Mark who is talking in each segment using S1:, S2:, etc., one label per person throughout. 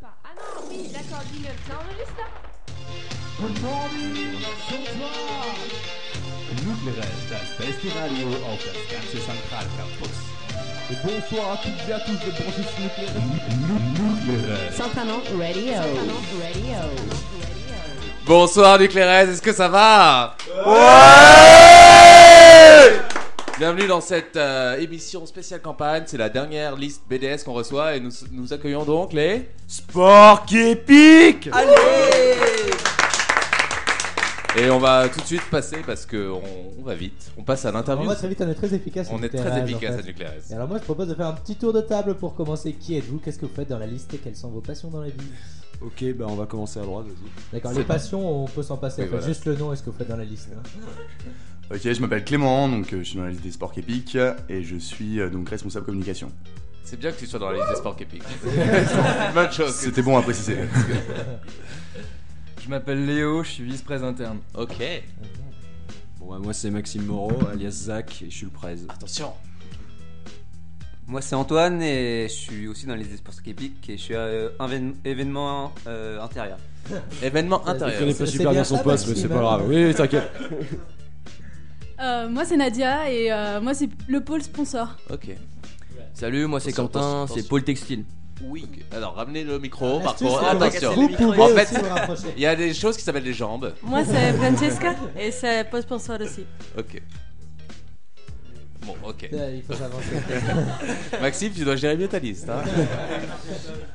S1: pas. Ah non, oui, d'accord, jingle. Ça enregistre là
S2: Ah
S3: Good morning, bonsoir! Lucrez, das beste Radio auf das ganze Zentralcampus. Et bonsoir à toutes et à tous de brancher sur Lucrez.
S4: Saint-Amand Radio. Radio.
S5: Bonsoir Nuclérez, est-ce que ça va Ouais Bienvenue dans cette euh, émission spéciale campagne, c'est la dernière liste BDS qu'on reçoit et nous, nous accueillons donc les... Sport épique Et on va tout de suite passer parce qu'on on va vite, on passe à
S6: Alors
S5: l'interview.
S6: moi très vite on est très efficace.
S5: On
S6: ce
S5: est très
S6: terrain,
S5: efficace
S6: en
S5: à
S6: fait.
S5: Nuclérez.
S6: Et alors moi je propose de faire un petit tour de table pour commencer. Qui êtes-vous Qu'est-ce que vous faites dans la liste et quelles sont vos passions dans la vie
S7: Ok,
S2: ben,
S7: bah on va commencer à droite, vas-y.
S6: D'accord,
S5: C'est
S6: les
S5: bon.
S6: passions on peut s'en passer.
S5: Oui,
S6: en fait.
S5: voilà.
S6: Juste le nom et ce que vous faites dans la liste. hein.
S7: Ok, je m'appelle Clément, donc euh, je suis dans la liste des sports épiques et je suis euh, donc responsable communication.
S5: C'est bien que tu sois dans la liste des sports épiques. Bonne chose.
S7: C'était bon à préciser.
S8: Je m'appelle Léo, je suis vice-prés interne.
S5: Ok,
S2: Bon, bah, moi c'est Maxime Moreau, alias Zach, et je suis le presse.
S5: attention.
S9: Moi c'est Antoine et je suis aussi dans les sports épiques et je suis euh, invén- événement euh, intérieur.
S5: Événement
S2: Je
S5: intérieur.
S2: connais
S6: C'est-
S2: pas
S6: c'est
S2: super
S6: bien
S2: bien son
S6: ça,
S2: poste, mais
S6: Maxime,
S2: c'est
S6: hein.
S2: pas grave. bah Oui, oui, t'inquiète.
S10: Euh, moi c'est Nadia et euh, moi c'est le pôle sponsor.
S5: Ok.
S9: Salut, moi c'est
S5: Attention,
S9: Quentin,
S5: attention,
S9: c'est Pôle Textile.
S5: Oui. Alors ramenez le micro, par
S6: L'astuce,
S5: contre.
S6: c'est de-
S5: Attention.
S6: Vous pouvez
S5: En fait-
S6: aussi vous rapprocher.
S5: Il y a des choses qui s'appellent des jambes.
S10: Moi c'est Francesca et c'est pôle sponsor aussi.
S5: Ok. Bon, ok.
S6: Euh, Il faut s'avancer.
S5: Maxime, tu dois gérer mieux ta liste. Hein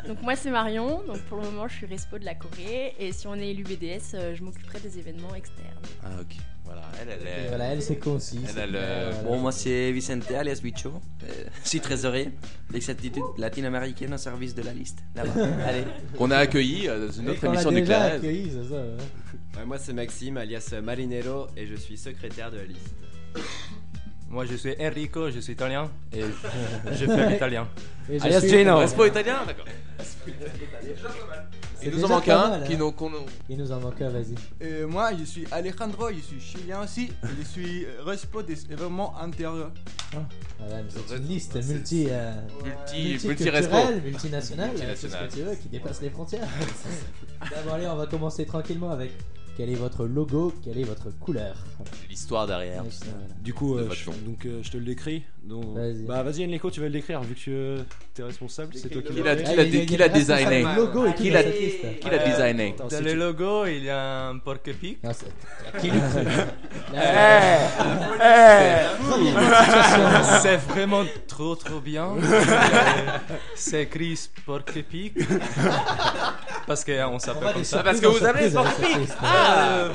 S11: Donc moi c'est Marion, donc pour le moment je suis Respo de la Corée et si on est élu BDS, euh, je m'occuperai des événements externes.
S5: ah, ok. Voilà, elle, elle
S6: Et
S5: est.
S6: voilà, elle c'est concis.
S5: Elle euh, a le-
S9: Bon, moi c'est Vicente alias Bicho, euh, je suis trésorier d'exactitude latino-américaine au service de la liste. Là-bas. Allez.
S5: Qu'on a accueilli euh, dans une autre émission
S6: du déjà
S5: nucléaire.
S6: accueilli, c'est ça. hein.
S8: moi c'est Maxime, alias Marinero, et je suis secrétaire de la liste. Moi je suis Enrico, je suis italien, et je fais l'italien.
S6: Et je
S2: Alias
S6: suis-
S2: Gino.
S5: Respo italien, d'accord. Il
S6: C'est
S5: nous
S6: déjà
S5: en manque
S6: pas
S5: un
S6: mal,
S5: qui
S6: hein.
S5: nous. qu'on nous-
S6: Il nous en manque un, vas-y.
S3: Et moi, je suis Alejandro, je suis chilien aussi. Je suis euh, respo des événements intérieurs.
S6: Voilà, mais c'est une liste multi, euh,
S5: Multi, multi-respo.
S6: multiculturelle, multinationale,
S5: Multinationale.
S6: tout ce que tu veux, qui dépasse les frontières. D'abord, allez, on va commencer tranquillement avec quel est votre logo, quelle est votre couleur.
S5: L'histoire derrière.
S6: Ouais, c'est- voilà.
S2: Du coup,
S5: De
S2: euh,
S5: votre
S2: je,
S5: nom.
S2: donc, euh, je te le décris. Donc,
S6: Vas-y.
S2: Bah vas-y Enrico, tu vas le décrire vu que euh, t'es responsable, c'est toi qui
S5: Qui
S2: l'as fait.
S5: l'a- qui
S6: Ah,
S5: l'a
S6: il y a-
S5: dé-
S6: il y
S5: qui
S6: a
S5: l'a
S6: des
S5: designé
S6: responsables logo et tout
S5: Qui
S6: dans
S5: l'a-
S6: cette liste.
S5: Qui l'a
S8: Euh,
S5: designé
S2: Attends,
S8: Dans
S2: c'est
S8: le
S2: tu-
S8: logo, il y a un porc épic.
S6: Non, c'est- qui
S5: Eh.
S6: lui Là, Ah.
S8: c'est vraiment trop trop bien. Euh, c'est Chris porc épic. Parce qu'on
S6: on voit
S8: s'appelle
S6: des
S8: comme ça.
S5: parce
S6: surprises
S5: que
S6: dans
S5: vous
S6: cette
S5: avez
S6: liste,
S5: sorti.
S6: dans cette liste.
S5: Ah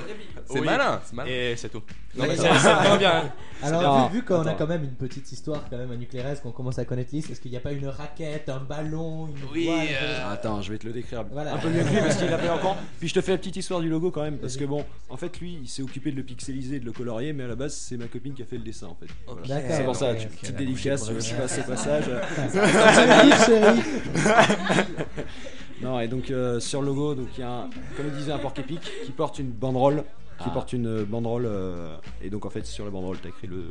S5: C'est
S8: Oui.
S5: malin, c'est malin.
S8: Et c'est tout.
S6: Non, mais
S8: C'est
S6: ça-
S8: c'est vraiment
S5: hein.
S8: bien.
S6: Alors,
S2: Ah,
S6: vu, vu qu'on a
S2: attends.
S6: quand même une petite histoire, quand même, à Nuclérez, qu'on commence à connaître liste, est-ce qu'il n'y a pas une raquette, un ballon, une
S5: Oui,
S6: toile,
S5: euh,
S2: Ah, Attends, je vais te le décrire
S6: Voilà.
S2: un peu mieux que lui parce qu'il l'a fait encore. Puis je te fais la petite histoire du logo quand même parce que bon, en fait lui, il s'est occupé de le pixeliser, et de le colorier, mais à la base c'est ma copine qui a fait le dessin en fait. Voilà.
S6: D'accord.
S2: C'est pour ça,
S6: Ok,
S2: tu-
S6: ok,
S2: petite dédicace, je je passe ce passage.
S6: Chérie, chérie.
S2: Non, et donc euh, sur le logo, donc il y a, un, comme je disais, un porc épic qui porte une banderole. Qui
S5: Ah.
S2: porte une euh, banderole. euh, et donc en fait, sur la banderole, t'as écrit le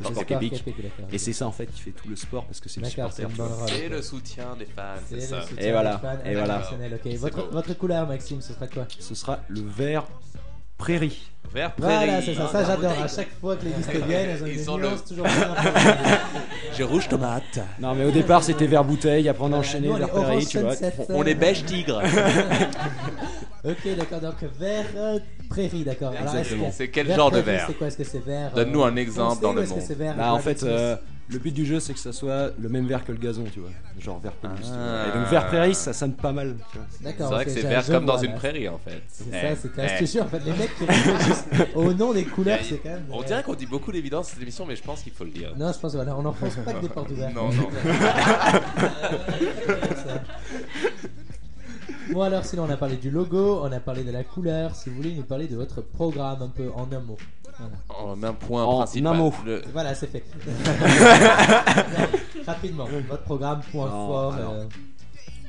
S6: Je sais
S2: porc
S6: pas,
S2: épic.
S6: Képic, d'accord.
S2: Et c'est ça en fait qui fait tout le sport parce que c'est le
S6: D'accord, c'est
S2: supporter.
S6: une
S2: tu vois.
S6: bonne robe.
S5: C'est le soutien des fans, c'est
S6: C'est
S5: ça.
S6: le soutien
S2: Et voilà,
S6: des fans
S2: et voilà.
S6: international, ok.
S5: C'est
S6: Votre,
S5: beau.
S6: votre couleur, Maxime, ce sera quoi
S2: Ce sera le vert prairie.
S5: Vert
S6: Voilà,
S5: prairie.
S6: c'est ça. Ça, j'adore. À chaque fois que les listes viennent, elles ont
S5: Ils
S6: des
S5: ont
S6: nuances
S5: le-
S6: toujours plus importantes.
S5: J'ai rouge tomate.
S2: Non, mais au départ c'était vert bouteille, après on a enchaîné
S6: Nous, on est
S2: vers
S6: orange
S2: prairie, tu vois.
S6: sunset.
S5: On est beige tigre.
S6: Ok, d'accord. Donc, vert euh, prairie, d'accord. Alors, est-ce
S5: Exactement.
S6: que-
S5: C'est quel genre de
S6: prairie,
S5: verre
S6: C'est quoi Est-ce que c'est vert euh,
S5: Donne-nous un exemple
S6: foncé
S5: dans
S6: ou
S5: le
S6: est-ce que
S5: monde.
S6: c'est vert
S2: Bah en
S6: euh,
S2: fait,
S6: Christmas
S2: euh, le but du jeu c'est que ça soit le même vert que le gazon, tu vois. Genre vert pelouse. tu vois. Et donc
S5: Ah.
S2: vert prairie, ça sonne pas mal. tu vois.
S6: D'accord.
S5: C'est vrai
S6: ok,
S5: que c'est
S6: je-
S5: vert
S6: je
S5: comme dans
S6: vois,
S5: une
S6: là.
S5: prairie en fait.
S6: C'est
S5: Eh,
S6: ça, c'est
S5: eh.
S6: astucieux. En fait, les mecs qui réfléchissent au nom des couleurs, c'est quand même.
S5: On dirait qu'on dit beaucoup d'évidence cette émission, mais je pense qu'il faut le dire.
S6: Non, je pense voilà, on n'enfonce pas que des portes ouvertes.
S5: Non, non.
S6: Bon alors sinon on a parlé du logo, on a parlé de la couleur, si vous voulez nous parler de votre programme un peu en un mot. Voilà,
S5: En un point
S2: En
S5: principal.
S2: un mot.
S5: Le-
S6: Voilà, c'est fait. Rapidement, votre programme, point
S2: Non,
S6: fort.
S2: alors.
S6: euh,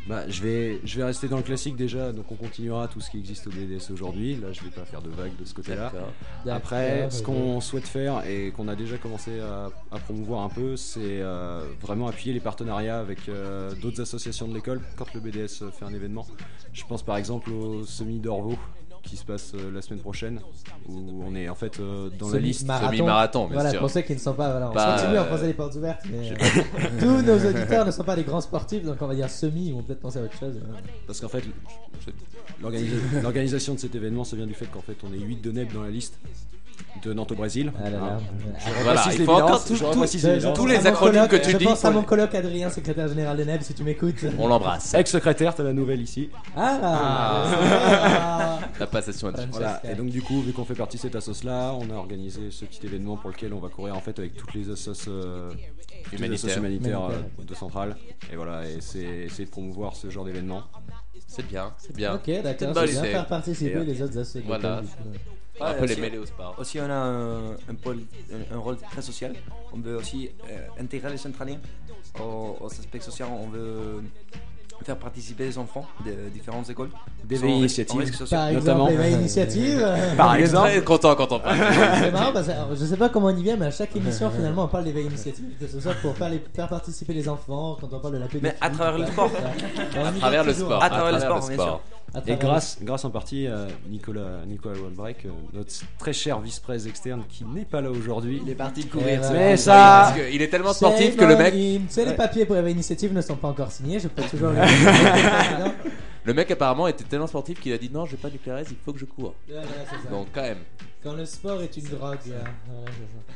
S2: Bah, je vais, je vais rester dans le classique déjà, donc on continuera tout ce qui existe au BDS aujourd'hui. Là, je vais pas faire de vagues de ce côté-là.
S6: D'accord.
S2: Après,
S6: D'accord,
S2: ce
S6: ok.
S2: qu'on souhaite faire et qu'on a déjà commencé à, à promouvoir un peu, c'est euh, vraiment appuyer les partenariats avec euh, d'autres associations de l'école quand le BDS fait un événement. Je pense par exemple au semi d'Orvaux qui se passe euh, la semaine prochaine, où on est en fait euh, dans la liste.
S5: Semi-marathon, Oh, bien
S6: Voilà,
S5: sûr.
S6: pour ceux qui ne sont pas. Voilà, on
S5: Pas,
S6: continue à
S5: euh,
S6: penser les portes ouvertes. Mais
S5: je-
S6: euh, tous nos auditeurs ne sont pas des grands sportifs, donc on va dire semi, ils vont peut-être penser à autre chose. hein.
S2: Parce qu'en fait, l'organisa- l'organisation de cet événement, ça vient du fait qu'en fait, on est 8 de NEB dans la liste de Nantes au Brésil.
S5: Ah
S2: Hein. Je
S5: Voilà,
S2: reprécise
S5: il
S2: les
S5: faut
S2: violences,
S5: encore tout-
S2: je
S5: tout-
S2: reprécise les violences.
S5: tous les
S6: Ah, À mon
S5: acronymes
S6: coloc-
S5: que tu
S6: je
S5: dis.
S6: pense à mon coloc Adrien, secrétaire général de NEB, si tu m'écoutes.
S5: On l'embrasse.
S2: Ex-secrétaire, t'as la nouvelle ici.
S6: Ah,
S5: Ah. La passation à
S2: Voilà. Et donc du coup, vu qu'on fait partie de cette assoce là, on a organisé ce petit événement pour lequel on va courir en fait avec toutes les assoces euh, toutes les
S5: Humanitaires.
S2: assoces humanitaires euh,
S5: Humanitaires.
S2: de Centrale. Et voilà, et c'est essayer de promouvoir ce genre d'événement.
S5: C'est bien, c'est bien.
S6: Ok, d'accord,
S5: C'est une
S6: c'est
S5: bonne
S6: bien
S5: idée.
S6: faire participer
S5: Et, euh,
S6: les autres assos de
S5: Voilà.
S6: l'école, du coup.
S5: On
S12: Ouais,
S5: peut les
S12: aussi-
S5: mêler au sport.
S12: Aussi, on a un, euh, un pôle- un- un rôle très social. On veut aussi euh, intégrer les centraliens aux, aux aspects sociaux. On veut faire participer les enfants de différentes écoles.
S2: Des
S12: Sans
S2: veilles
S12: risque-
S2: initiatives,
S12: sans risque social.
S6: Par exemple, les veilles initiatives.
S5: Par exemple. Très content quand on parle.
S6: C'est marrant parce que alors, je sais pas comment on y vient, mais à chaque émission, finalement, on parle des veilles initiatives, que ce soit pour faire, les- faire participer les enfants, quand on parle de la pédophilie.
S12: Mais à travers le
S6: voilà.
S12: sport.
S6: Dans
S12: À
S6: l'univers
S12: travers le
S6: toujours.
S12: sport. À travers le sport, bien sûr.
S2: Et
S6: À
S5: Ah,
S6: travers
S2: grâce, grâce en partie à Nicolas, Nicolas Walbrecht, euh, notre très cher vice-presse externe qui n'est pas là aujourd'hui. Il est parti
S6: courir, c'est
S2: Mais
S6: vrai.
S2: ça
S5: Parce que il est tellement
S6: C'est
S5: sportif que le mec-
S6: anonyme. Tu sais, les
S5: Ouais.
S6: papiers pour les veilles initiatives ne sont pas encore signés, je peux toujours.
S5: Le mec apparemment était tellement sportif qu'il a dit non, je vais pas du Clarès, il faut que je cours.
S6: Ouais, ouais, c'est ça.
S5: Donc quand même.
S6: Quand le sport est une drogue. euh, voilà, c'est ça.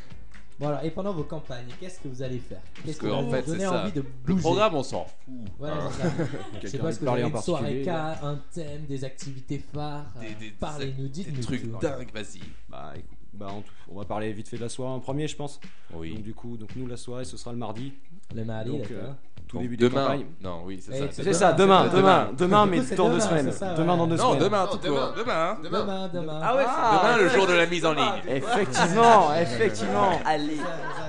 S6: Bon alors, et pendant vos campagnes, qu'est-ce que vous allez faire
S5: Parce
S6: Qu'est-ce que
S5: que,
S6: va
S5: en
S6: vous
S5: fait,
S6: donner
S5: c'est ça.
S6: envie de
S5: Le
S6: bouger
S5: programme, on s'en fout.
S6: Voilà,
S5: Hein.
S6: c'est ça. Je sais
S5: Quelqu'un
S6: pas
S5: veut
S6: ce que vous
S5: parler
S6: avez
S5: en
S6: une soirée
S5: particulier,
S6: K, un thème, des activités phares. euh, Parlez-nous, dites-nous.
S5: des trucs
S6: tout.
S5: dingues, vas-y.
S2: Bah, écoute, bah, on, on va parler vite fait de la soirée en premier, je pense.
S5: Oui.
S2: Donc, du coup, donc nous, la soirée, ce sera le mardi.
S6: Le mardi,
S2: donc,
S6: d'accord.
S2: tout
S5: Donc,
S2: début
S5: demain.
S2: des campagnes.
S5: Non, oui, c'est Et ça. c'est
S2: C'est
S5: demain.
S2: ça, demain,
S5: C'est
S2: demain,
S5: demain.
S2: demain,
S5: Du
S2: mais
S5: coup, c'est
S2: dans deux
S5: demain,
S2: semaines.
S5: c'est ça, ouais.
S2: Demain, hein. dans deux
S5: Non,
S2: semaines.
S5: demain, tout court. Demain, demain.
S6: Demain, demain.
S5: Ah ouais, Demain, le jour de la mise en ligne.
S2: Effectivement, effectivement.
S12: Allez.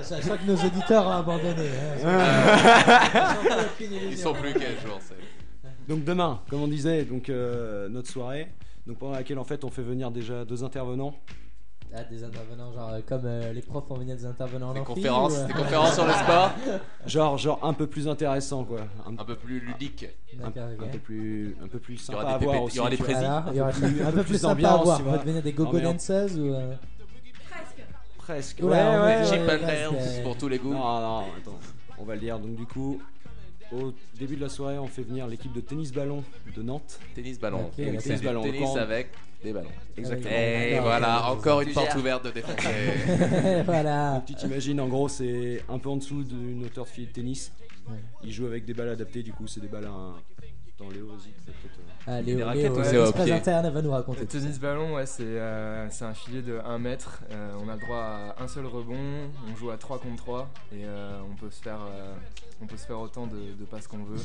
S6: Je crois que nos auditeurs ont abandonné. hein,
S5: Euh, Ils sont plus qu'un jour, c'est.
S2: Donc demain, comme on disait, donc euh, notre soirée, donc pendant laquelle en fait on fait venir déjà deux intervenants.
S6: Ah, des intervenants, genre euh, comme euh, les profs ont venu des intervenants en
S5: Des
S6: amphi,
S5: conférences,
S6: ou, euh,
S5: des conférences sur le sport.
S2: Genre, genre un peu plus intéressant quoi. Un,
S5: peu plus ludique.
S2: Un,
S6: D'accord, ok.
S2: Ah, un peu plus, un peu plus
S5: Il y aura
S2: sympa
S5: des
S2: à voir
S5: pépettes,
S2: aussi.
S5: il y aura des
S2: tu vois.
S5: présis.
S6: Voilà, il y aura un, peu plus sympa à
S2: d'ambiance,
S6: voir.
S2: tu
S6: On va
S2: vois.
S6: devenir des
S2: Non,
S6: gogo
S2: mais on-
S6: dancers ou. euh,
S2: Presque.
S6: Ouais, ouais, ouais,
S5: Chip
S6: ouais,
S5: and Dale,
S6: presque, ouais.
S5: pour tous les goûts.
S2: Non, non, attends, on va le dire. Donc du coup, au début de la soirée, on fait venir l'équipe de tennis ballon de Nantes.
S5: Tennis ballon.
S2: Ok,
S5: Donc,
S2: la
S5: c'est
S2: tennis
S5: du
S2: ballon,
S5: tennis
S2: encore-
S5: avec des ballons.
S2: Exactement.
S5: Et
S2: Non,
S5: voilà,
S2: non,
S5: encore une
S2: tu
S5: porte
S2: gères.
S5: ouverte de défense.
S6: voilà.
S2: Donc, tu t'imagines, en gros, c'est un peu en dessous d'une hauteur de filet de tennis.
S6: Ouais.
S2: Ils jouent avec des balles adaptées, du coup, c'est des balles à- dans les hauts.
S6: Ah,
S13: Les
S6: Léo,
S13: raquettes,
S6: Léo,
S13: ouais.
S6: euh,
S13: C'est au
S6: vice-président
S13: pied.
S6: interne, elle va nous raconter.
S13: Le
S6: tout ça.
S13: tennis ballon, ouais, c'est euh, c'est un filet de 1 mètre. Euh, on a le droit à un seul rebond. On joue à 3 contre 3 et euh, on peut se faire euh, on peut se faire autant de, de passes qu'on veut.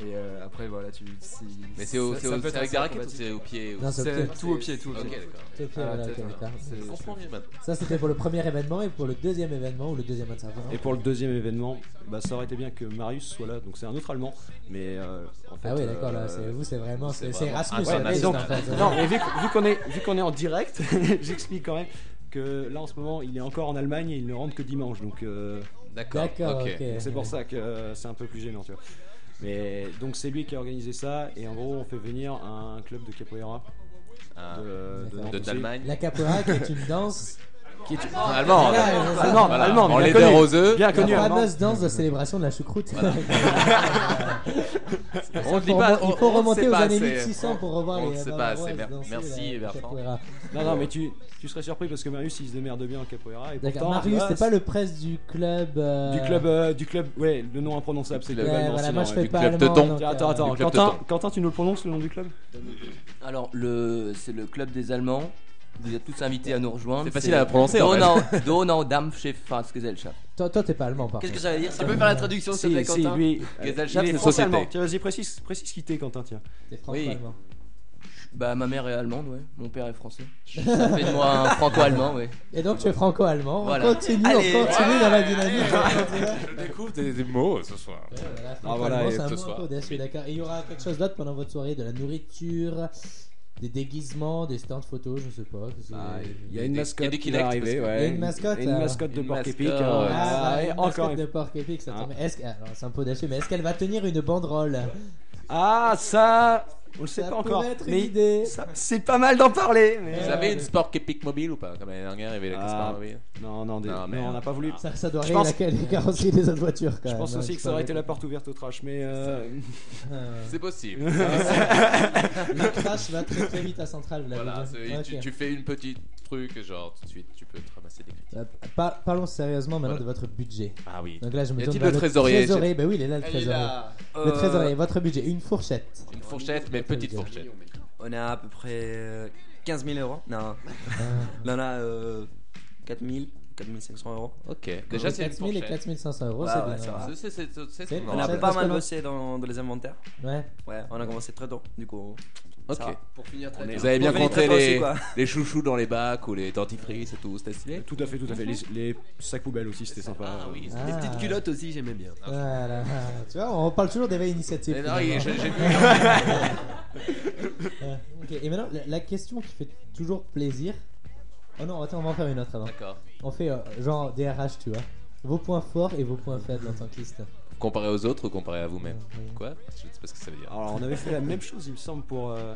S13: Et euh, après voilà, tu si-
S5: Mais c'est au-
S13: ça-
S5: c'est
S13: ça
S5: au-
S13: peut
S5: c'est
S13: être
S5: avec des raquettes
S13: assez
S5: ou
S13: acrobatique.
S5: c'est au pied ou-
S6: Non, c'est au pied.
S13: C'est tout au pied, tout au
S5: Ok,
S13: pied.
S5: d'accord.
S6: Tout au pied,
S13: À la
S6: voilà,
S13: tête,
S6: ok,
S13: ouais.
S6: d'accord.
S13: C'est-
S5: Je comprends mieux maintenant.
S6: Ça, c'était pour le premier événement et pour le deuxième événement hein. ou le deuxième intervenant.
S2: Et pour le deuxième événement, bah, ça aurait été bien que Marius soit là. Donc c'est un autre Allemand, mais euh, en fait.
S6: Ah oui, d'accord, là,
S2: euh,
S6: c'est- vous, c'est vraiment- c'est- c'est
S2: vraiment
S6: Erasmus,
S2: international.
S6: la liste,
S2: donc,
S6: en fait. hein,
S2: non, mais vu, vu qu'on est vu qu'on est en direct, j'explique quand même que là en ce moment, il est encore en Allemagne et il ne rentre que dimanche. Donc euh,
S5: D'accord, D'accord, ok. ok.
S2: Donc, C'est pour ça que euh, c'est un peu plus gênant, tu vois. Mais donc c'est lui qui a organisé ça et en gros, on fait venir un club de capoeira. De,
S5: D'accord.
S2: Nantes
S5: Ah, De-
S2: aussi.
S5: d'Allemagne.
S6: La capoeira qui est une danse.
S2: Qui est une-
S5: Allemand.
S6: Voilà,
S5: Allemand.
S6: c'est ça.
S5: Allemand, Voilà. Allemand, En bien leader connu. aux œufs.
S2: Bien
S6: La
S2: connu, hein.
S6: fameuse
S2: Allemand.
S6: danse de célébration de la choucroute.
S5: On ne dit pas.
S6: Il
S5: on-
S6: faut
S5: on ne
S6: remonter
S5: sait
S6: aux
S5: pas
S6: années
S5: assez.
S6: 1600 pour revoir
S5: On
S6: les.
S5: ne sait pas assez. Mer-
S6: euh,
S5: Merci, Bertrand.
S2: Non, non, mais tu, tu serais surpris parce que Marius il se démerde bien en capoeira. Et pourtant,
S6: D'accord, Marius,
S2: tu vois,
S6: c'est pas le presse du club. euh,
S2: Du club, euh, du club, ouais, le nom imprononçable, c'est le
S6: Ouais,
S2: club allemand.
S6: voilà,
S2: sinon,
S6: moi, je
S2: ouais,
S6: fais
S2: du
S6: pas
S2: club
S6: allemand,
S2: Teuton.
S6: donc, euh,
S2: Attends, attends,
S6: Du club
S2: Quentin,
S6: Teuton.
S2: Quentin, tu nous le prononces le nom du club
S12: Alors, le, c'est le club des Allemands. Vous êtes tous invités à nous rejoindre.
S5: C'est facile à prononcer, en fait.
S12: Donau, Donau, Dampfschiff, enfin, Gesellschaft.
S6: euh, Toi, toi, t'es pas allemand, par
S12: Qu'est-ce que
S6: contre.
S12: ça veut dire Tu peux faire la traduction, s'il te plaît,
S2: Si,
S12: Quentin
S2: lui, euh,
S12: Gesellschaft,
S2: il est
S12: c'est
S2: français
S12: société.
S2: allemand. Tiens, vas-y, précise, précise qui t'es, Quentin, tiens.
S6: T'es franco-allemand.
S12: Je
S14: Bah ma mère est allemande, ouais. Mon père est français. Ça fait de moi un franco-allemand, ouais.
S6: Et donc tu es franco-allemand.
S14: Voilà.
S6: On continue,
S14: Allez,
S6: on continue
S14: ouais,
S6: dans la dynamique.
S5: Je découvre des, des mots euh, ce soir.
S2: Ah,
S6: Franco-allemand, c'est un mot un peu audacieux, d'accord. Et il y aura quelque chose d'autre pendant votre soirée, de la nourriture, des déguisements, des stands photos, je sais pas. qu'est-ce que-
S2: Ah, Il y a une mascotte qui va arriver, ouais.
S6: Il y a une mascotte.
S2: Une
S6: alors.
S2: mascotte de porc épic.
S6: Ah, bah, une
S2: encore Hein
S6: mascotte de porc épic, ça tombe. Est-ce que- alors, c'est un peu audacieux, mais est-ce qu'elle va tenir une banderole
S2: Ah, ça, on le
S6: sait
S2: pas encore.
S6: Être
S2: Mais
S6: une idée.
S2: C'est pas mal d'en parler. euh,
S5: Vous avez une sport épique mobile ou pas Comme l'année dernière, il y avait la
S2: Ah,
S5: Sport mobile.
S2: Non, non, des- non,
S5: merde.
S2: on n'a pas voulu.
S5: Ah.
S6: Ça, ça doit
S2: Je
S6: rire
S2: pense-
S6: la- les carrosseries des autres voitures,
S2: Je
S6: quand même.
S2: pense
S6: Ouais,
S2: aussi
S6: c'est
S2: que ça
S6: pas
S2: aurait été
S6: vrai.
S2: la porte ouverte au trash, mais. euh,
S5: C'est possible.
S6: Le trash va très très vite à Centrale, vous l'avez
S5: Voilà,
S6: dit.
S5: c'est- tu,
S6: Ok.
S5: tu fais une petite truc, genre tout de suite, tu peux te ramasser des critiques.
S6: Euh, par- parlons sérieusement maintenant de votre budget.
S5: Ah oui.
S6: Donc là, je me
S5: Y a-t-il
S6: tourne
S5: le
S6: vers
S5: trésorier,
S6: trésorier,
S5: chef
S6: ben oui, il est là le
S5: Il est
S6: trésorier.
S5: là.
S6: Le
S9: Euh,
S6: trésorier, votre budget, une fourchette.
S5: Une fourchette, mais petite fourchette.
S9: On a à peu près euh, 15 000 euros.
S6: Ah.
S9: Non. Là, on a euh, 4 000, 4 500 euros.
S5: Ok.
S6: Déjà, c'est une 4 000 et fourchette. 4 500 euros, Oh,
S9: Ah
S6: c'est bien.
S5: C'est- c'est- c'est- c'est- c'est
S9: on
S5: normal.
S9: a
S5: Parce
S9: pas
S5: que
S9: mal
S5: là-
S9: bossé dans, dans les inventaires.
S6: Ouais.
S9: Ouais, on a commencé très tôt, du coup.
S5: Ok.
S9: ça va. Pour finir très tôt.
S5: Vous avez bien
S9: Pour finir
S5: compté
S9: très tôt aussi,
S5: les,
S9: quoi.
S5: les chouchous dans les bacs ou les dentifrices et tout, c'était stylé
S2: Tout à fait, tout à fait. Les, les sacs poubelles aussi, c'était sympa.
S5: Ah oui,
S6: Ah. les petites culottes
S9: aussi, j'aimais bien.
S6: Voilà. Tu vois, on parle toujours d'éveil initiative.
S5: Mais non, il- Ah j'ai- j'ai vu.
S6: Ouais, ok. Et maintenant, la, la question qui fait toujours plaisir. Oh non, attends, on va en faire une autre avant.
S5: D'accord.
S6: On fait euh, genre DRH, tu vois. Vos points forts et vos points faibles en tant que liste.
S5: Comparé aux autres ou comparé à vous-même Quoi Je ne sais pas ce que ça veut dire.
S2: Alors, on avait fait la même chose, il me semble, pour. euh,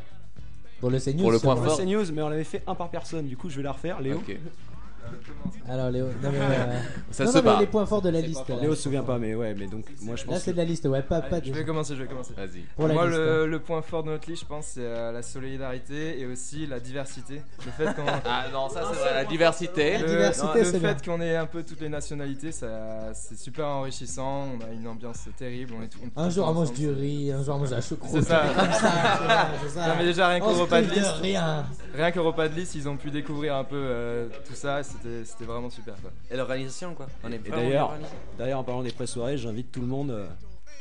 S6: Pour le CNews.
S5: Pour le point
S6: sûrement.
S5: fort.
S2: C'est news, mais on l'avait fait un par personne. Du coup, je vais la refaire, Léo.
S5: Ok.
S6: Alors, Léo, non, mais, euh,
S2: Ça
S6: non,
S2: se
S6: non, mais
S2: barre.
S6: les points forts de la liste. là.
S2: Léo se souvient pas, mais ouais, mais donc moi je pense.
S6: Là, c'est de la liste, ouais, pas, pas
S13: Je vais commencer, je vais commencer.
S5: Vas-y.
S6: Pour la
S13: Moi,
S6: liste. hein.
S13: le, le point fort de notre liste, je pense, c'est euh, la solidarité et aussi la diversité. Le fait qu'on.
S5: Ah non, ça, c'est vrai, la diversité.
S13: Le,
S5: La diversité,
S13: le
S5: c'est bien.
S13: fait qu'on ait un peu toutes les nationalités, ça- c'est super enrichissant. On a une ambiance terrible. On est tout, on
S6: Un
S13: est
S6: jour
S13: tous
S6: on mange
S13: ensemble.
S6: du riz, un jour on mange la choucroute.
S13: C'est ça.
S6: des trucs comme ça, tu vois, c'est ça.
S13: Non, mais déjà rien
S6: On
S13: qu'au
S6: se
S13: repas de
S6: prive
S13: liste.
S6: Rien.
S13: Rien qu'au repas de liste, ils ont pu découvrir un peu euh, tout ça. C'était c'était vraiment super quoi.
S9: Et l'organisation quoi. On est
S2: Et
S9: vraiment
S2: d'ailleurs,
S9: bien organisé.
S2: d'ailleurs, en parlant des pré-soirées, j'invite tout le monde, euh,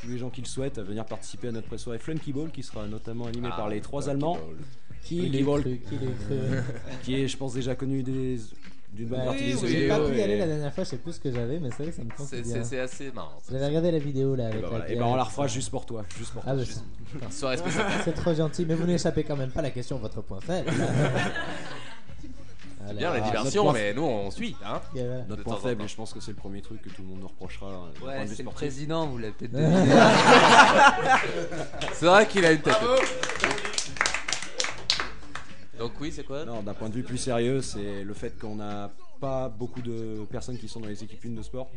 S2: tous les gens qui le souhaitent, à venir participer à notre pré-soirée Flunky Ball qui sera notamment animée
S6: Ah,
S2: par les trois
S6: Flunky
S2: Allemands.
S6: Ball. Qui l'est cru, qui l'est cru.
S2: Qui est, je pense, déjà connu des- d'une
S5: Bah,
S2: bonne partie des
S6: Ben, J'ai pas
S2: auditeurs
S6: pu y
S2: et-
S6: aller la dernière fois, je sais plus ce que j'avais, mais c'est vrai que ça me
S5: C'est-
S6: tente
S5: c'est-
S6: bien.
S5: c'est Eh ben assez marrant, ça.
S6: J'avais regardé la vidéo là.
S2: Et bah
S6: avec la
S2: voilà. Et
S6: bière
S2: bah, on la
S6: tout
S2: refera
S6: ça.
S2: juste pour toi, juste pour
S6: Ah,
S2: toi.
S6: bah,
S2: Juste-
S6: c'est-
S2: Une soirée spéciale.
S6: C'est trop gentil, mais vous n'échappez quand même pas à la question, votre point faible. Ah,
S2: C'est
S5: bien la diversion, mais nous, on suit, hein.
S6: Et voilà.
S2: Notre
S5: De
S2: point
S5: temps en
S2: faible, et je pense que c'est le premier truc que tout le monde nous reprochera. euh, d'un point
S9: Ouais,
S2: de vue
S9: c'est le
S2: sportif.
S9: président, vous l'avez peut-être deviné.
S5: C'est vrai qu'il a une tête. Donc oui, c'est quoi
S2: Non, d'un point de vue plus sérieux, c'est le fait qu'on n'a pas beaucoup de personnes qui sont dans les équipes une de sport.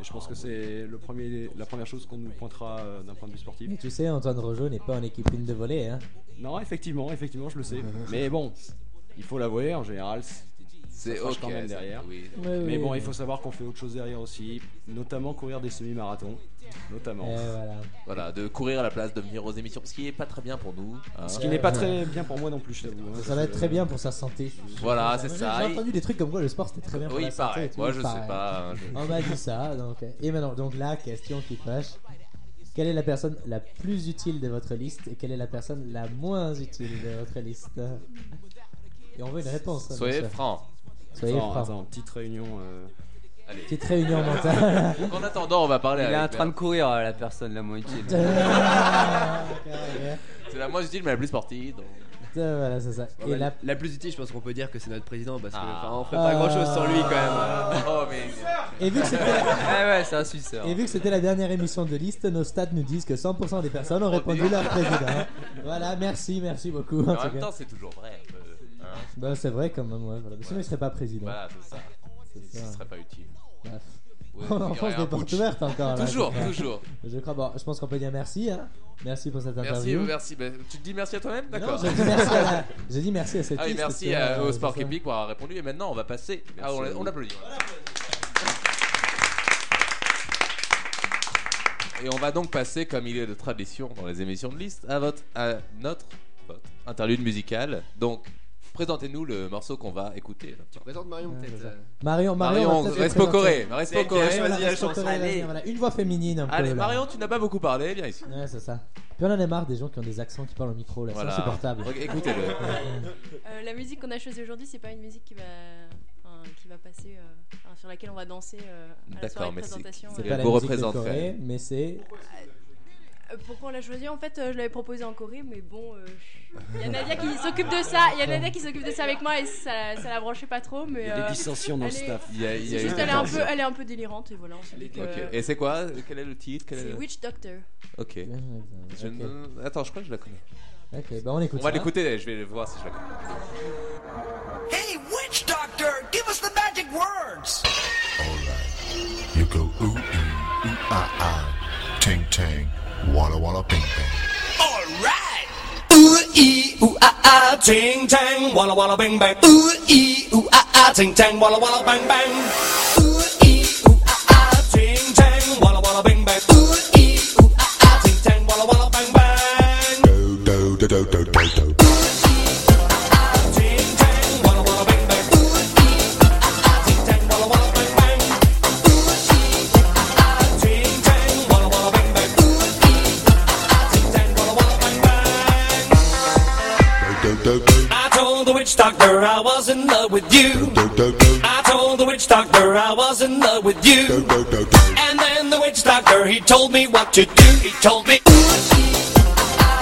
S2: Et je pense que c'est le premier, la première chose qu'on nous pointera euh, d'un point de vue sportif.
S6: Mais tu sais, Antoine Rojo n'est pas en équipe une de volée. Hein.
S2: Non, effectivement, effectivement, je le sais. Mais bon, il faut l'avouer, en général, c-
S5: C'est
S2: ça fâche
S5: ok,
S2: quand même
S5: ça-
S2: derrière.
S5: oui.
S6: Oui,
S2: Mais
S6: oui,
S2: bon,
S6: oui.
S2: il faut savoir qu'on fait autre chose derrière aussi, notamment courir des semi-marathons, notamment.
S6: Et Eh, voilà.
S5: Voilà, de courir à la place de venir aux émissions, ce qui est pas très bien pour nous. hein.
S2: Ce qui n'est pas très bien pour moi non plus, je t'avoue. hein.
S6: Ça va être très bien pour sa santé.
S5: Voilà, c'est
S6: J'ai-
S5: ça.
S6: J'ai entendu des trucs comme quoi le sport c'était très bien pour
S5: Oui,
S6: la santé.
S5: pareil.
S6: et tout,
S5: Moi, je sais
S6: pareil.
S5: pas, hein, je-
S6: On m'a dit ça. Donc... Et maintenant, donc la question qui fâche quelle est la personne la plus utile de votre liste et quelle est la personne la moins utile de votre liste Et on veut une réponse. hein,
S5: Soyez
S6: bien sûr.
S5: franc.
S6: Soyez
S2: Attends,
S6: franc.
S2: attends, petite réunion. euh,
S5: Allez.
S6: Petite réunion mentale.
S5: En attendant, on va parler
S9: Il est
S5: avec
S9: en train de courir, la personne la moins utile.
S5: C'est la moins utile, mais la plus sportive. donc.
S6: Euh, Voilà, c'est ça.
S8: Bon,
S6: Et
S8: bah,
S6: la
S8: la plus utile, je pense qu'on peut dire que c'est notre président bah, parce qu'on
S5: Ah.
S8: on ferait pas
S6: Ah.
S8: grand chose sans lui quand même.
S5: Oh, mais.
S6: Et vu que c'était-
S8: ouais, ouais, c'est un suceur.
S6: Et vu que c'était la dernière émission de liste, nos stats nous disent que 100% des personnes ont répondu leur président. Voilà, merci, merci beaucoup.
S5: Mais
S6: en
S5: en
S6: tout
S5: même
S6: cas.
S5: temps, c'est toujours vrai. un peu, hein.
S6: Bah, c'est vrai quand même, ouais. Voilà. Sinon, il serait pas président.
S8: Bah.
S5: Voilà, c'est ça. Ce
S6: ça.
S5: serait pas utile.
S6: Bref.
S5: Ouais,
S6: On
S5: il y aurait
S6: enfonce
S5: un
S6: des portes
S5: putsch.
S6: ouvertes encore. là,
S5: Toujours,
S6: je crois.
S5: toujours.
S6: Je crois, bon, je pense qu'on peut dire merci. Hein. Merci pour cette
S5: Merci,
S6: interview.
S5: merci. Bah, tu te dis merci à toi-même D'accord.
S6: j'ai dit merci à la- j'ai dit merci à cette
S5: Ah oui,
S6: liste,
S5: merci
S6: parce que,
S5: à-
S6: euh,
S5: au
S6: c'est
S5: Sport
S6: ça.
S5: Québec pour avoir répondu. Et maintenant, on va passer. Ah, on, on applaudit. Et on va donc passer, comme il est de tradition dans les émissions de liste, à, votre, à notre vote. interlude musical. Donc, Présentez-nous le morceau qu'on va écouter. Tu présentes Marion peut-être euh,
S6: Marion, Marion,
S5: Marion
S6: Bah on va peut-être
S5: reste
S6: la
S5: au Corée.
S6: présenter.
S5: Reste
S6: C'est elle
S5: au
S6: qui
S5: Corée.
S6: a choisi la Reste au chanson. Corée, la mienne, voilà. Une voix féminine, un peu,
S5: Allez,
S6: là.
S5: Marion, tu n'as pas beaucoup parlé. Viens ici.
S6: Ouais, c'est ça. Puis on en a marre des gens qui ont des accents qui parlent au micro, là,
S5: Voilà.
S6: c'est insupportable.
S5: Re- écoutez-le.
S11: Euh, la musique qu'on a choisie aujourd'hui, c'est pas une musique qui va, enfin, qui va passer, euh, enfin, sur laquelle on va danser euh, à la
S5: D'accord,
S11: soirée de
S5: merci.
S11: présentation.
S5: C'est
S11: euh.
S5: pas la
S6: Vous
S5: musique de
S6: représentez.
S5: Corée,
S6: mais c'est.
S11: Euh, Pourquoi on l'a choisie En fait, euh, je l'avais proposée en Corée, mais bon, euh, il y a Nadia qui s'occupe de ça. Il y a Nadia qui s'occupe de ça avec moi et ça, ça la branchait pas trop, mais.
S2: Il y a des
S11: euh,
S2: dissensions dans le
S11: elle est-
S2: staff.
S5: Il y a- il y a
S11: c'est
S5: eu
S11: juste,
S5: des
S11: elle est, un peu,
S5: tensions.
S11: elle est un peu délirante et voilà. on s'est dit que-
S5: Ok. Et c'est quoi Quel est le titre Quel est
S11: C'est
S5: le-
S11: Witch Doctor.
S5: Ok. Je ne- Attends, je crois que je la connais.
S6: Ok, bah on écoute
S5: On va
S6: ça.
S5: l'écouter. Je vais voir si je la connais.
S9: Hey, witch doctor, give us the magic words.
S15: You go ooh ooh ooh ah ah, ting ting, walla walla ping ping.
S9: All right. Ooh ee ooh ah ah, ting tang, walla walla bang bang. Ooh ee ooh ah ah, ting tang, walla walla bang bang. Ooh ee ooh ah ah, ting tang, walla walla bang bang. Ooh ee ooh ah ah, ting tang, walla walla bang bang. ah,
S15: Do do do do do do.
S9: ah, ah, Do, do, do. I told the witch doctor I was in love with you. I told the witch doctor I was in love with you. And then the witch doctor he told me what to do. He told me.
S14: Ah,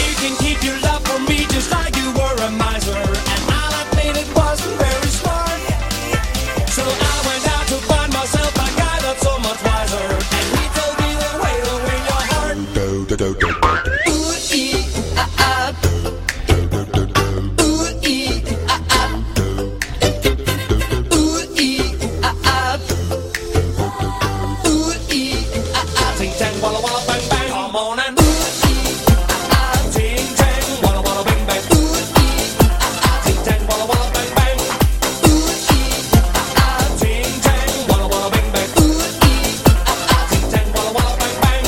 S9: You can keep your love from me just like you were a miser. And all I made it wasn't very smart. So I went out to find myself a guy that's so much wiser. And he told me the way to win your heart.
S15: Do do do do do do.
S9: Ooh, ee, ooh, ah, ah. Ooh, ee, ooh, ah, ah. Ooh, ee, ooh, ah, ah. Ooh, ee, ooh, ah, ah. Ting, tang, walla, walla, bang, bang. Come on and ooh, ee, ah, ah. Ting, tang, walla, walla, bang, bang. Ooh, ee, ah, ah. Ting, tang, walla, walla, bang, bang. Ooh, ee, ah, ah. Ting, tang, walla, walla, bang, bang. Ooh, ee, ah, ah. Ting, tang, walla, walla, bang, bang.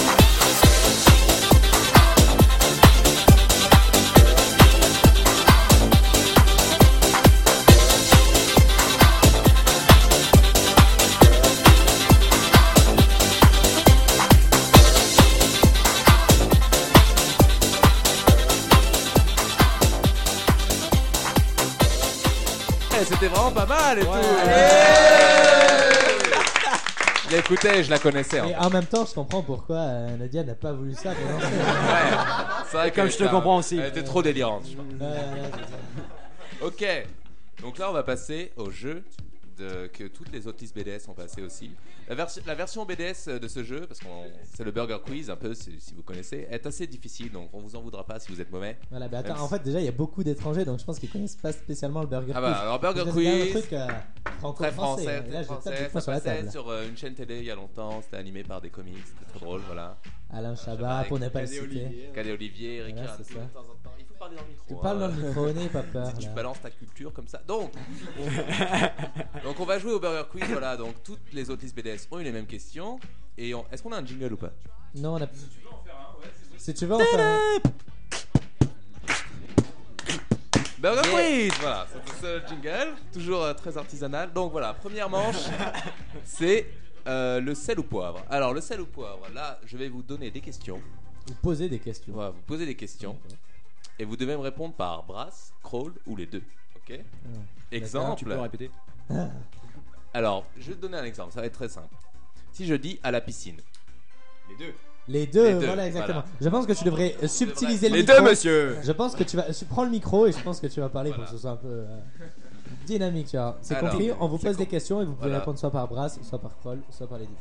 S5: Eh, C'était vraiment pas mal et tout. Je l'écoutais, je la connaissais. en
S6: Et
S5: fait.
S6: en même temps, je comprends pourquoi euh, Nadia n'a pas voulu ça. pendant que-
S5: C'est vrai
S2: Comme
S5: qu'elle
S2: je te
S5: était-
S2: comprends aussi.
S5: Elle était trop délirante. je pense.
S6: Euh,
S5: Ok. Donc là, on va passer au jeu de, que toutes les autistes BDS ont passé aussi. La, versi- la version BDS de ce jeu, parce que c'est le Burger Quiz, un peu, si, si vous connaissez, est assez difficile, donc on vous en voudra pas si vous êtes mauvais.
S6: Voilà, bah
S5: Même
S6: attends, en
S5: si-
S6: fait, déjà, il y a beaucoup d'étrangers, donc je pense qu'ils connaissent pas spécialement le Burger
S5: Ah bah,
S6: Quiz.
S5: alors Burger
S6: Je laisse bien
S5: Quiz,
S6: le truc, euh,
S5: très
S6: franco-français.
S5: français,
S6: Et
S5: très
S6: là, je tape
S5: français,
S6: du
S5: ça
S6: poing sur la
S5: passait
S6: table.
S5: sur euh, une chaîne télé il y a longtemps, c'était animé par des comics, c'était trop drôle, voilà.
S6: Alain
S5: Bah,
S6: Chabat, pour ne pas le
S5: Cadet Olivier,
S6: citer.
S5: Cadet Olivier, Eric
S6: Voilà,
S5: Carrasco,
S6: c'est ça.
S5: de temps en temps. Il faut parler dans le micro.
S6: Tu parles dans le micro, n'aie pas peur,
S5: Si tu
S6: là.
S5: balances ta culture comme ça. Donc, donc on va jouer au Burger Quiz. Voilà, donc toutes les autres listes BDS ont eu les mêmes questions. Et on- est-ce qu'on a un jingle ou pas
S6: Non, on a. Si tu veux en faire un.
S5: Burger
S6: Yeah.
S5: Quiz Voilà, c'est ce jingle. Toujours euh, très artisanal. Donc voilà, première manche, c'est euh, le sel ou poivre. Alors, le sel ou poivre, là, je vais vous donner des questions.
S6: Vous posez des questions.
S5: Voilà, vous posez des questions. Et vous devez me répondre par brasse, crawl ou les deux. Ok Ok.
S2: D'accord,
S5: Exemple.
S2: tu peux répéter
S5: Alors, je vais te donner un exemple, ça va être très simple. Si je dis à la piscine.
S8: Les deux.
S6: Les deux,
S5: Les deux,
S6: voilà exactement.
S5: voilà.
S6: Je pense que tu devrais euh, subtiliser le
S5: Les
S6: micro.
S5: deux, monsieur.
S6: Je pense que tu vas tu prends le micro et je pense que tu vas parler pour que ce soit un peu euh, dynamique, tu vois. C'est
S5: Alors,
S6: compris, on vous
S5: c'est
S6: pose des
S5: com-
S6: questions et vous pouvez
S5: Voilà.
S6: répondre soit par brasse, soit par crawl, soit par les deux.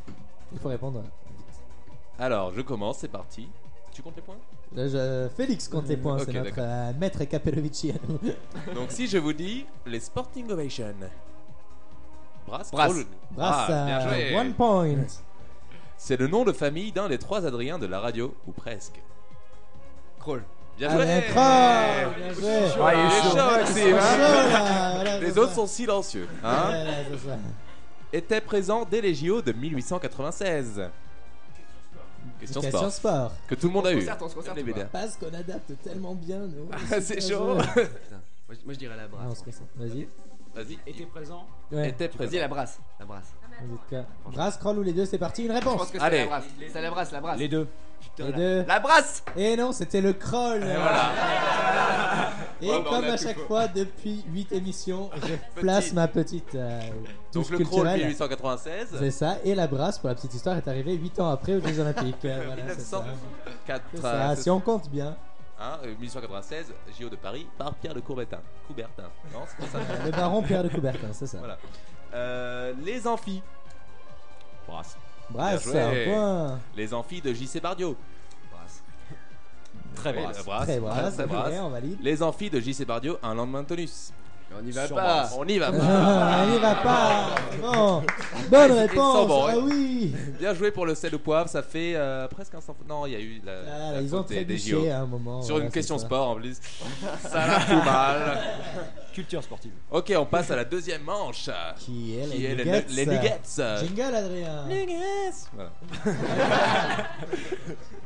S6: Il faut répondre. euh,
S5: Alors, je commence, c'est parti. Tu comptes les points
S6: Là, Euh, je- Félix compte les points,
S5: Ok,
S6: c'est notre
S5: d'accord.
S6: euh, maître Capelovici à nous.
S5: Donc, si je vous dis les Sporting Ovation. Brass
S6: Brass.
S5: Crawl.
S6: Brass,
S5: Ah, bien
S6: euh,
S5: joué.
S6: one point.
S5: C'est le nom de famille d'un des trois Adriens de la radio, ou presque. Crawl. Bien joué.
S6: Allez, Crawl, bien joué.
S5: Ah, il est
S6: Ah,
S5: chaud,
S6: ils
S5: Maxime,
S6: sont
S5: hein.
S6: chauds, là, voilà, c'est
S5: Les
S6: ça.
S5: autres sont silencieux. hein.
S6: Ouais, ouais, c'est ça.
S5: Était présent dès les JO de 1896. Question
S6: Question
S5: sport.
S6: sport.
S5: Que tout le monde a
S6: On se
S5: eu.
S6: concerte,
S14: on se concerte
S5: Les
S14: ou pas
S5: BDA.
S6: Parce qu'on adapte tellement bien, nous.
S5: Ah, c'est chaud.
S14: Putain, moi, je- moi, je dirais la brasse.
S6: Non, on se concentre. Vas-y.
S5: Vas-y.
S14: Était présent.
S6: Ouais.
S5: Était
S14: Je dis
S5: présent.
S14: la brasse. La brasse.
S6: Vous êtes quoi Brasse, crawl ou les deux, c'est parti, une réponse.
S14: Je pense que c'est la brasse. C'est la brasse, la brasse.
S6: Les deux.
S14: Putain,
S6: les
S14: la-
S6: deux.
S14: La brasse
S6: Et non, c'était le crawl. Et
S14: voilà.
S6: Et
S14: Ouais, bah, on
S6: comme
S14: a
S6: à
S14: tout
S6: chaque
S14: faux.
S6: fois, depuis 8 émissions, je place ma petite euh,
S5: Donc
S6: touche
S5: le crawl
S6: culturelle.
S5: 1896.
S6: C'est ça. Et la brasse, pour la petite histoire, est arrivée 8 ans après aux Jeux Olympiques. Euh, voilà, c'est ça.
S5: 1904.
S6: C'est ça,
S5: euh,
S6: si on compte bien.
S5: Hein, euh, 1896, JO de Paris, par Pierre de Coubertin. Coubertin, non, c'est pas ça.
S6: Le baron Pierre de Coubertin, c'est ça.
S5: Voilà. Euh, les amphis. Brasse.
S6: Brasse,
S5: Bien joué.
S6: un point.
S5: Les amphis de JC Bardio. Brasse. Très
S6: Brasse.
S5: brasse.
S6: Très brasse,
S5: très
S6: ok, on valide.
S5: Les amphis de JC Bardio, un lendemain de tonus. On n'y
S14: va pas.
S5: On n'y va pas.
S6: Ah, on y va pas. Bon.
S5: Ah,
S6: Bonne
S5: ils étaient
S6: réponse.
S5: sobres,
S6: Ah
S5: ouais.
S6: oui.
S5: Bien joué pour le sel de poivre, ça fait euh, presque un cent- Non, il y a eu la. la
S6: Ah, ils
S5: faute
S6: ont
S5: des, des
S6: trébuché
S5: JO.
S6: à un moment,
S5: Sur
S6: voilà,
S5: une
S6: c'est
S5: question
S6: ça.
S5: sport en plus. ça la fout mal.
S2: Culture sportive.
S5: Ok, on passe à la deuxième manche.
S6: Qui est,
S5: les, nu-
S6: Nuggets.
S5: les Nuggets.
S6: Jingle, Adrien.
S5: Voilà.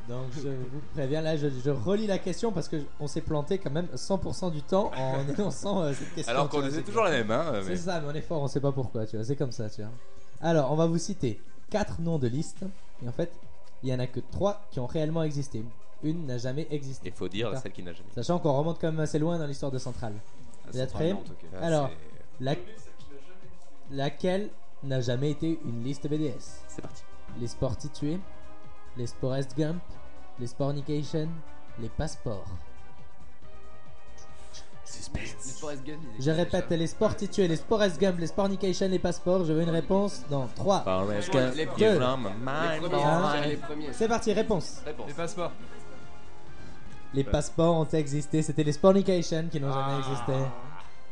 S6: Donc je vous préviens, là je, je relis la question parce que je- on s'est planté quand même 100% du temps en énonçant euh, cette question.
S5: Alors
S6: tu
S5: qu'on
S6: vois,
S5: disait
S6: c'est-
S5: toujours la même, hein, mais-
S6: C'est ça, mais on est fort, on sait pas pourquoi, tu vois, c'est comme ça, tu vois. Alors on va vous citer quatre noms de liste, et en fait il y en a que trois qui ont réellement existé. Une n'a jamais existé.
S5: Il faut dire
S6: D'accord.
S5: celle qui n'a jamais.
S6: Sachant qu'on remonte quand même assez loin dans l'histoire de Centrale.
S5: Ah,
S6: Vous êtes
S5: Centrale,
S6: prêts
S5: non, en tout cas. Ah,
S6: Alors, la- laquelle n'a jamais été une liste BDS
S5: C'est parti.
S6: Les sports titués, les Sporest Gump, les Spornication, les passeports.
S14: Les Forrest Gump, ils
S6: Je
S14: étaient
S6: répète, les sports titués, les Sporest Gump, les Spornication, les passeports. Je veux une réponse dans 3,
S5: Forrest Gump,
S13: Les
S6: 2,
S13: premiers. Les premiers, je dirais les premiers.
S6: C'est parti, réponse.
S13: Les passeports.
S6: Les passeports ont existé, c'était les Spornication qui n'ont
S13: Ah.
S6: jamais existé.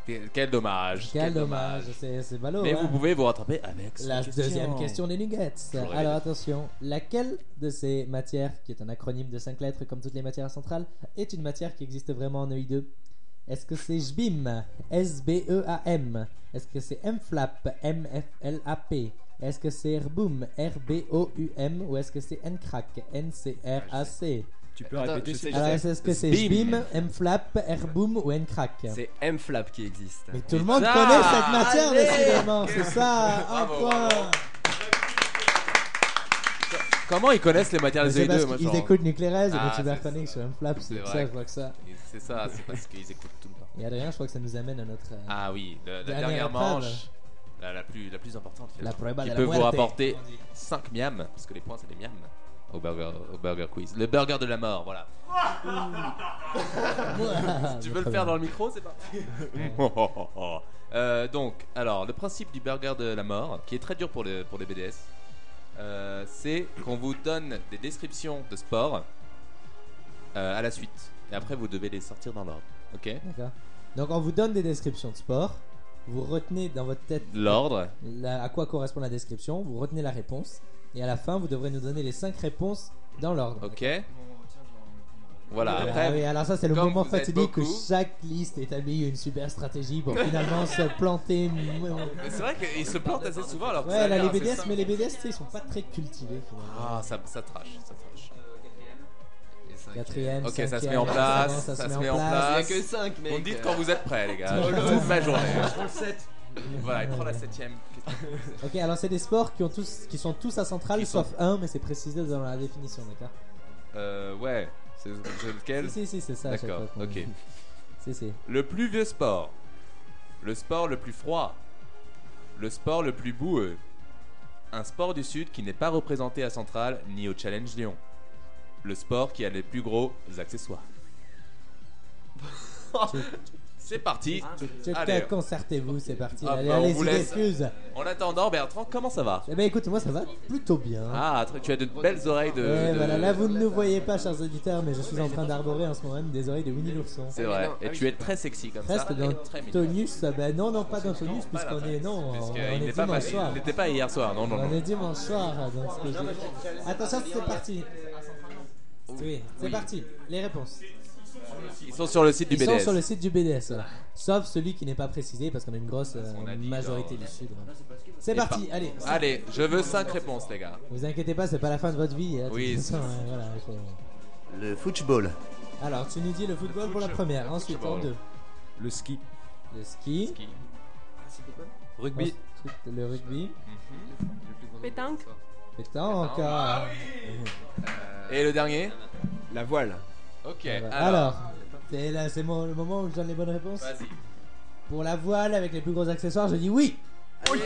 S5: Quel- Quel dommage.
S6: Quel dommage, c'est c'est ballot.
S5: Mais
S6: hein.
S5: vous pouvez vous rattraper avec cette
S6: La
S5: question.
S6: deuxième question des Nuggets.
S5: J'aurais aimé.
S6: Alors attention, laquelle de ces matières, qui est un acronyme de 5 lettres comme toutes les matières centrales, est une matière qui existe vraiment en EI2 Est-ce que c'est JBIM S-B-E-A-M E Est-ce que c'est MFLAP M-F-L-A-P Est-ce que c'est RBOOM R-B-O-U-M Ou est-ce que c'est NCRAC N-C-R-A-C
S2: Tu
S14: peux Attends, répéter, je sais, je
S6: Alors
S14: sais.
S6: est-ce que c'est
S14: SBIM.
S6: JBIM, MFLAP, RBOOM ou NCRAC
S14: C'est M-Flap qui existe.
S6: Mais tout le monde connaît cette matière,
S16: allez
S6: décidément, c'est ça, un
S16: Bravo,
S6: point
S5: Comment ils connaissent les matières
S6: Mais
S5: des
S6: c'est parce
S5: EI2 moi,
S6: qu'ils
S5: genre
S6: écoutent Nuclérez et
S5: Ah,
S6: Nature
S5: c'est-
S6: Phonics sur Flap, c'est
S5: c'est
S6: pour
S5: vrai.
S6: ça que je vois que ça.
S5: C'est ça, c'est parce qu'ils écoutent tout le temps.
S6: Et Adrien, je crois que ça nous amène à notre. euh,
S5: Ah oui, la, la dernière,
S6: épreuve.
S5: manche, la, la plus, la plus importante.
S6: La prueba
S5: qui
S6: de la
S5: peut vous
S6: muerte.
S5: rapporter 5 miams, parce que les points c'est des miams au burger, au burger quiz. Le burger de la mort, voilà. tu veux le faire dans le micro, c'est parti. Euh, donc, alors, le principe du burger de la mort, qui est très dur pour, le, pour les BDS, euh, c'est qu'on vous donne des descriptions de sport euh, à la suite. Et après, vous devez les sortir dans l'ordre. Ok
S6: D'accord. Donc on vous donne des descriptions de sport, vous retenez dans votre tête.
S5: L'ordre.
S6: la- à quoi correspond la description, vous retenez la réponse, et à la fin, vous devrez nous donner les 5 réponses dans l'ordre.
S5: Ok Voilà,
S6: Ah
S5: après.
S6: oui, alors ça c'est le
S5: comme
S6: moment
S5: vous êtes
S6: fatidique où
S5: beaucoup-
S6: chaque liste établit une super stratégie pour finalement se planter.
S5: Mais C'est vrai qu'ils se plantent assez souvent alors que ça a
S6: Ouais, là,
S5: l'air assez
S6: les BDS,
S5: simple.
S6: mais les BDS, tu sais, ils sont pas très cultivés. finalement.
S5: Ah, ça, ça trash, ça trash.
S6: Quatrième,
S5: Ok, ça se
S6: cinquième,
S5: met en place,
S6: ça
S5: ça,
S6: se
S5: se
S6: met en
S5: met en
S6: place.
S5: place. Euh,
S6: Il y a que cinq,
S5: Vous
S6: mec.
S5: me dites quand vous êtes prêts, les gars.
S6: Oh, le
S5: Toute ma
S6: sept.
S5: journée.
S6: Je le sept.
S5: Voilà, il prend la septième.
S6: Ok, alors c'est des sports qui, ont tous, qui sont tous à centrale, sauf un, mais c'est précisé dans la définition, d'accord
S5: Euh, ouais. C'est c'est lequel
S6: Si, si, si, c'est ça, à chaque
S5: D'accord,
S6: fois qu'on-
S5: ok.
S6: Si, si.
S5: Le plus vieux sport. Le sport le plus froid. Le sport le plus boueux. Un sport du Sud qui n'est pas représenté à Centrale ni au Challenge Lyon. Le sport qui a les plus gros accessoires. C'est parti. Allez,
S6: Choctac, concertez-vous, c'est parti.
S5: hop,
S6: Allez,
S5: on
S6: allez-y,
S5: vous laisse.
S6: excuse.
S5: En attendant, Bertrand, comment ça va
S6: Eh ben écoute, moi ça va plutôt bien.
S5: Ah, tu as de belles oreilles de.
S6: Ouais,
S5: de-
S6: voilà, là vous ne nous voyez pas, chers auditeurs, mais je suis en train d'arborer en ce moment même des oreilles de Winnie l'ourson.
S5: C'est vrai. Et tu es très sexy comme ça.
S6: Reste dans
S5: Et très mignon.
S6: Tonus, ben non, non, pas dans Tonus,
S5: pas
S6: puisqu'on
S5: dans
S6: est, non,
S5: Parce
S6: on,
S5: qu'il
S6: on est
S5: n'est pas
S6: dimanche
S5: passé-
S6: soir.
S5: il n'était pas hier soir, non, non,
S6: On
S5: non.
S6: est dimanche soir, donc ce que je dis. Attention, c'est parti. Oui, c'est
S5: Oui.
S6: parti, les réponses.
S5: Ils sont sur le site du
S6: Ils sont
S5: BDS.
S6: sur le site du BDS, voilà. sauf celui qui n'est pas précisé parce qu'on a une grosse euh, majorité du Sud. voilà. C'est
S5: Et
S6: parti,
S5: pas-
S6: allez.
S5: Allez, je veux 5 réponses, les gars.
S6: Vous inquiétez pas, c'est pas la fin de votre vie. hein, de
S5: Oui,
S6: toute façon,
S5: c'est-
S6: hein, voilà, il faut-
S7: Le football.
S6: Alors, tu nous dis le football pour la première, ensuite en
S7: football.
S6: deux.
S2: Le ski.
S6: Le ski.
S2: Rugby.
S6: Ensuite, le rugby.
S17: Pétanque.
S6: Pétanque.
S5: Ah Et le dernier
S8: La voile.
S5: Ok,
S6: Voilà.
S5: alors.
S6: Alors, c'est là, c'est mon- le moment où je donne les bonnes réponses.
S5: Vas-y.
S6: Pour la voile avec les plus gros accessoires, je dis oui.
S5: Oui.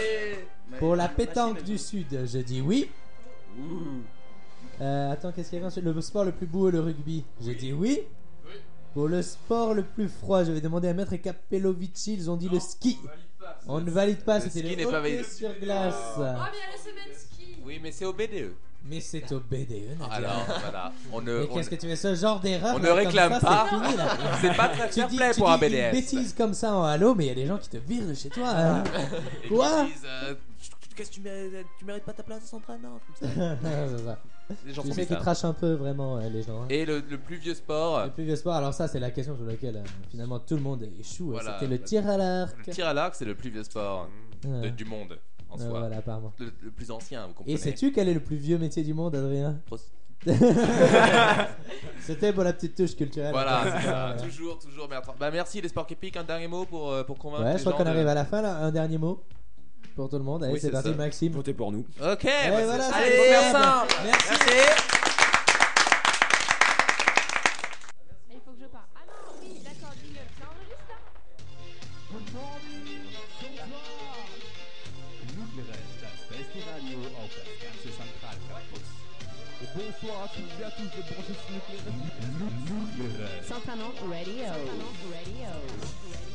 S6: Pour la pétanque du sud, je dis oui. Euh, attends, qu'est-ce qu'il y avait ensuite Le sport le plus beau, le rugby, je dis oui. Pour le sport le plus froid, je vais demander à Maître Capellovici, ils ont dit le ski. On ne valide pas,
S5: Le
S6: c'était
S5: ski
S6: le
S5: n'est pas Oh.
S6: hockey
S5: validé.
S6: sur glace.
S17: la semaine ski.
S5: Oui, mais c'est au BDE.
S6: Mais c'est au BDE, Nadia.
S5: Alors, voilà. On ne,
S6: Mais
S5: on-
S6: qu'est-ce que tu fais ce genre d'erreur
S5: on
S6: là,
S5: ne
S6: comme
S5: réclame
S6: ça,
S5: pas.
S6: C'est fini, là.
S5: C'est pas très
S6: Tu
S5: fair
S6: dis-
S5: play
S6: tu
S5: pour un E
S6: dis
S5: BDS.
S6: Une bêtise comme ça en halo, mais il y a des gens qui te virent de chez toi. hein.
S5: Et qui
S6: Quoi
S5: disent, euh, Qu'est-ce que tu mérites, tu mérites pas ta place en train non, comme ça.
S6: C'est ça.
S5: Les gens
S6: Tu
S5: sont
S6: sais qu'ils
S5: bizarres.
S6: trachent un peu vraiment euh, les gens. hein.
S5: Et euh, le, le plus vieux sport,
S6: Le plus vieux sport, alors ça c'est la question sur laquelle euh, finalement tout le monde échoue.
S5: Voilà.
S6: C'était le tir à l'arc.
S5: le tir à l'arc, c'est le plus vieux sport de-
S6: Ouais.
S5: du monde en
S6: Ouais,
S5: soi.
S6: Euh, voilà, apparemment.
S5: Le, le plus ancien, vous comprenez.
S6: Et sais-tu quel est le plus vieux métier du monde, Adrien
S5: Prost-
S6: C'était pour la petite touche culturelle.
S5: Voilà, c'est ça.
S6: Voilà.
S5: toujours, toujours Bertrand. Bah merci les sports épiques, un dernier mot pour, euh, pour convaincre
S6: Ouais,
S5: les
S6: je crois
S5: gens
S6: qu'on
S5: de-
S6: arrive à la fin là. Un dernier mot pour tout le monde. Allez,
S5: Oui,
S6: c'est
S5: c'est
S6: parti,
S5: ça.
S6: Maxime.
S2: Votez pour nous.
S5: Ok,
S6: Et
S5: bah, c'est-
S6: voilà,
S5: allez,
S6: c'est
S5: merci.
S6: bon.
S5: Merci.
S1: Il faut que je parle. Ah non, oui, d'accord, dis-le. Ça enregistre là
S3: Lügnerei, das beste Radio auf das ganze Zentralcampus. Bonsoir à tous et à tous, je pense que c'est le Lügnerei.
S1: Ah
S4: Soprano Radio. Radio.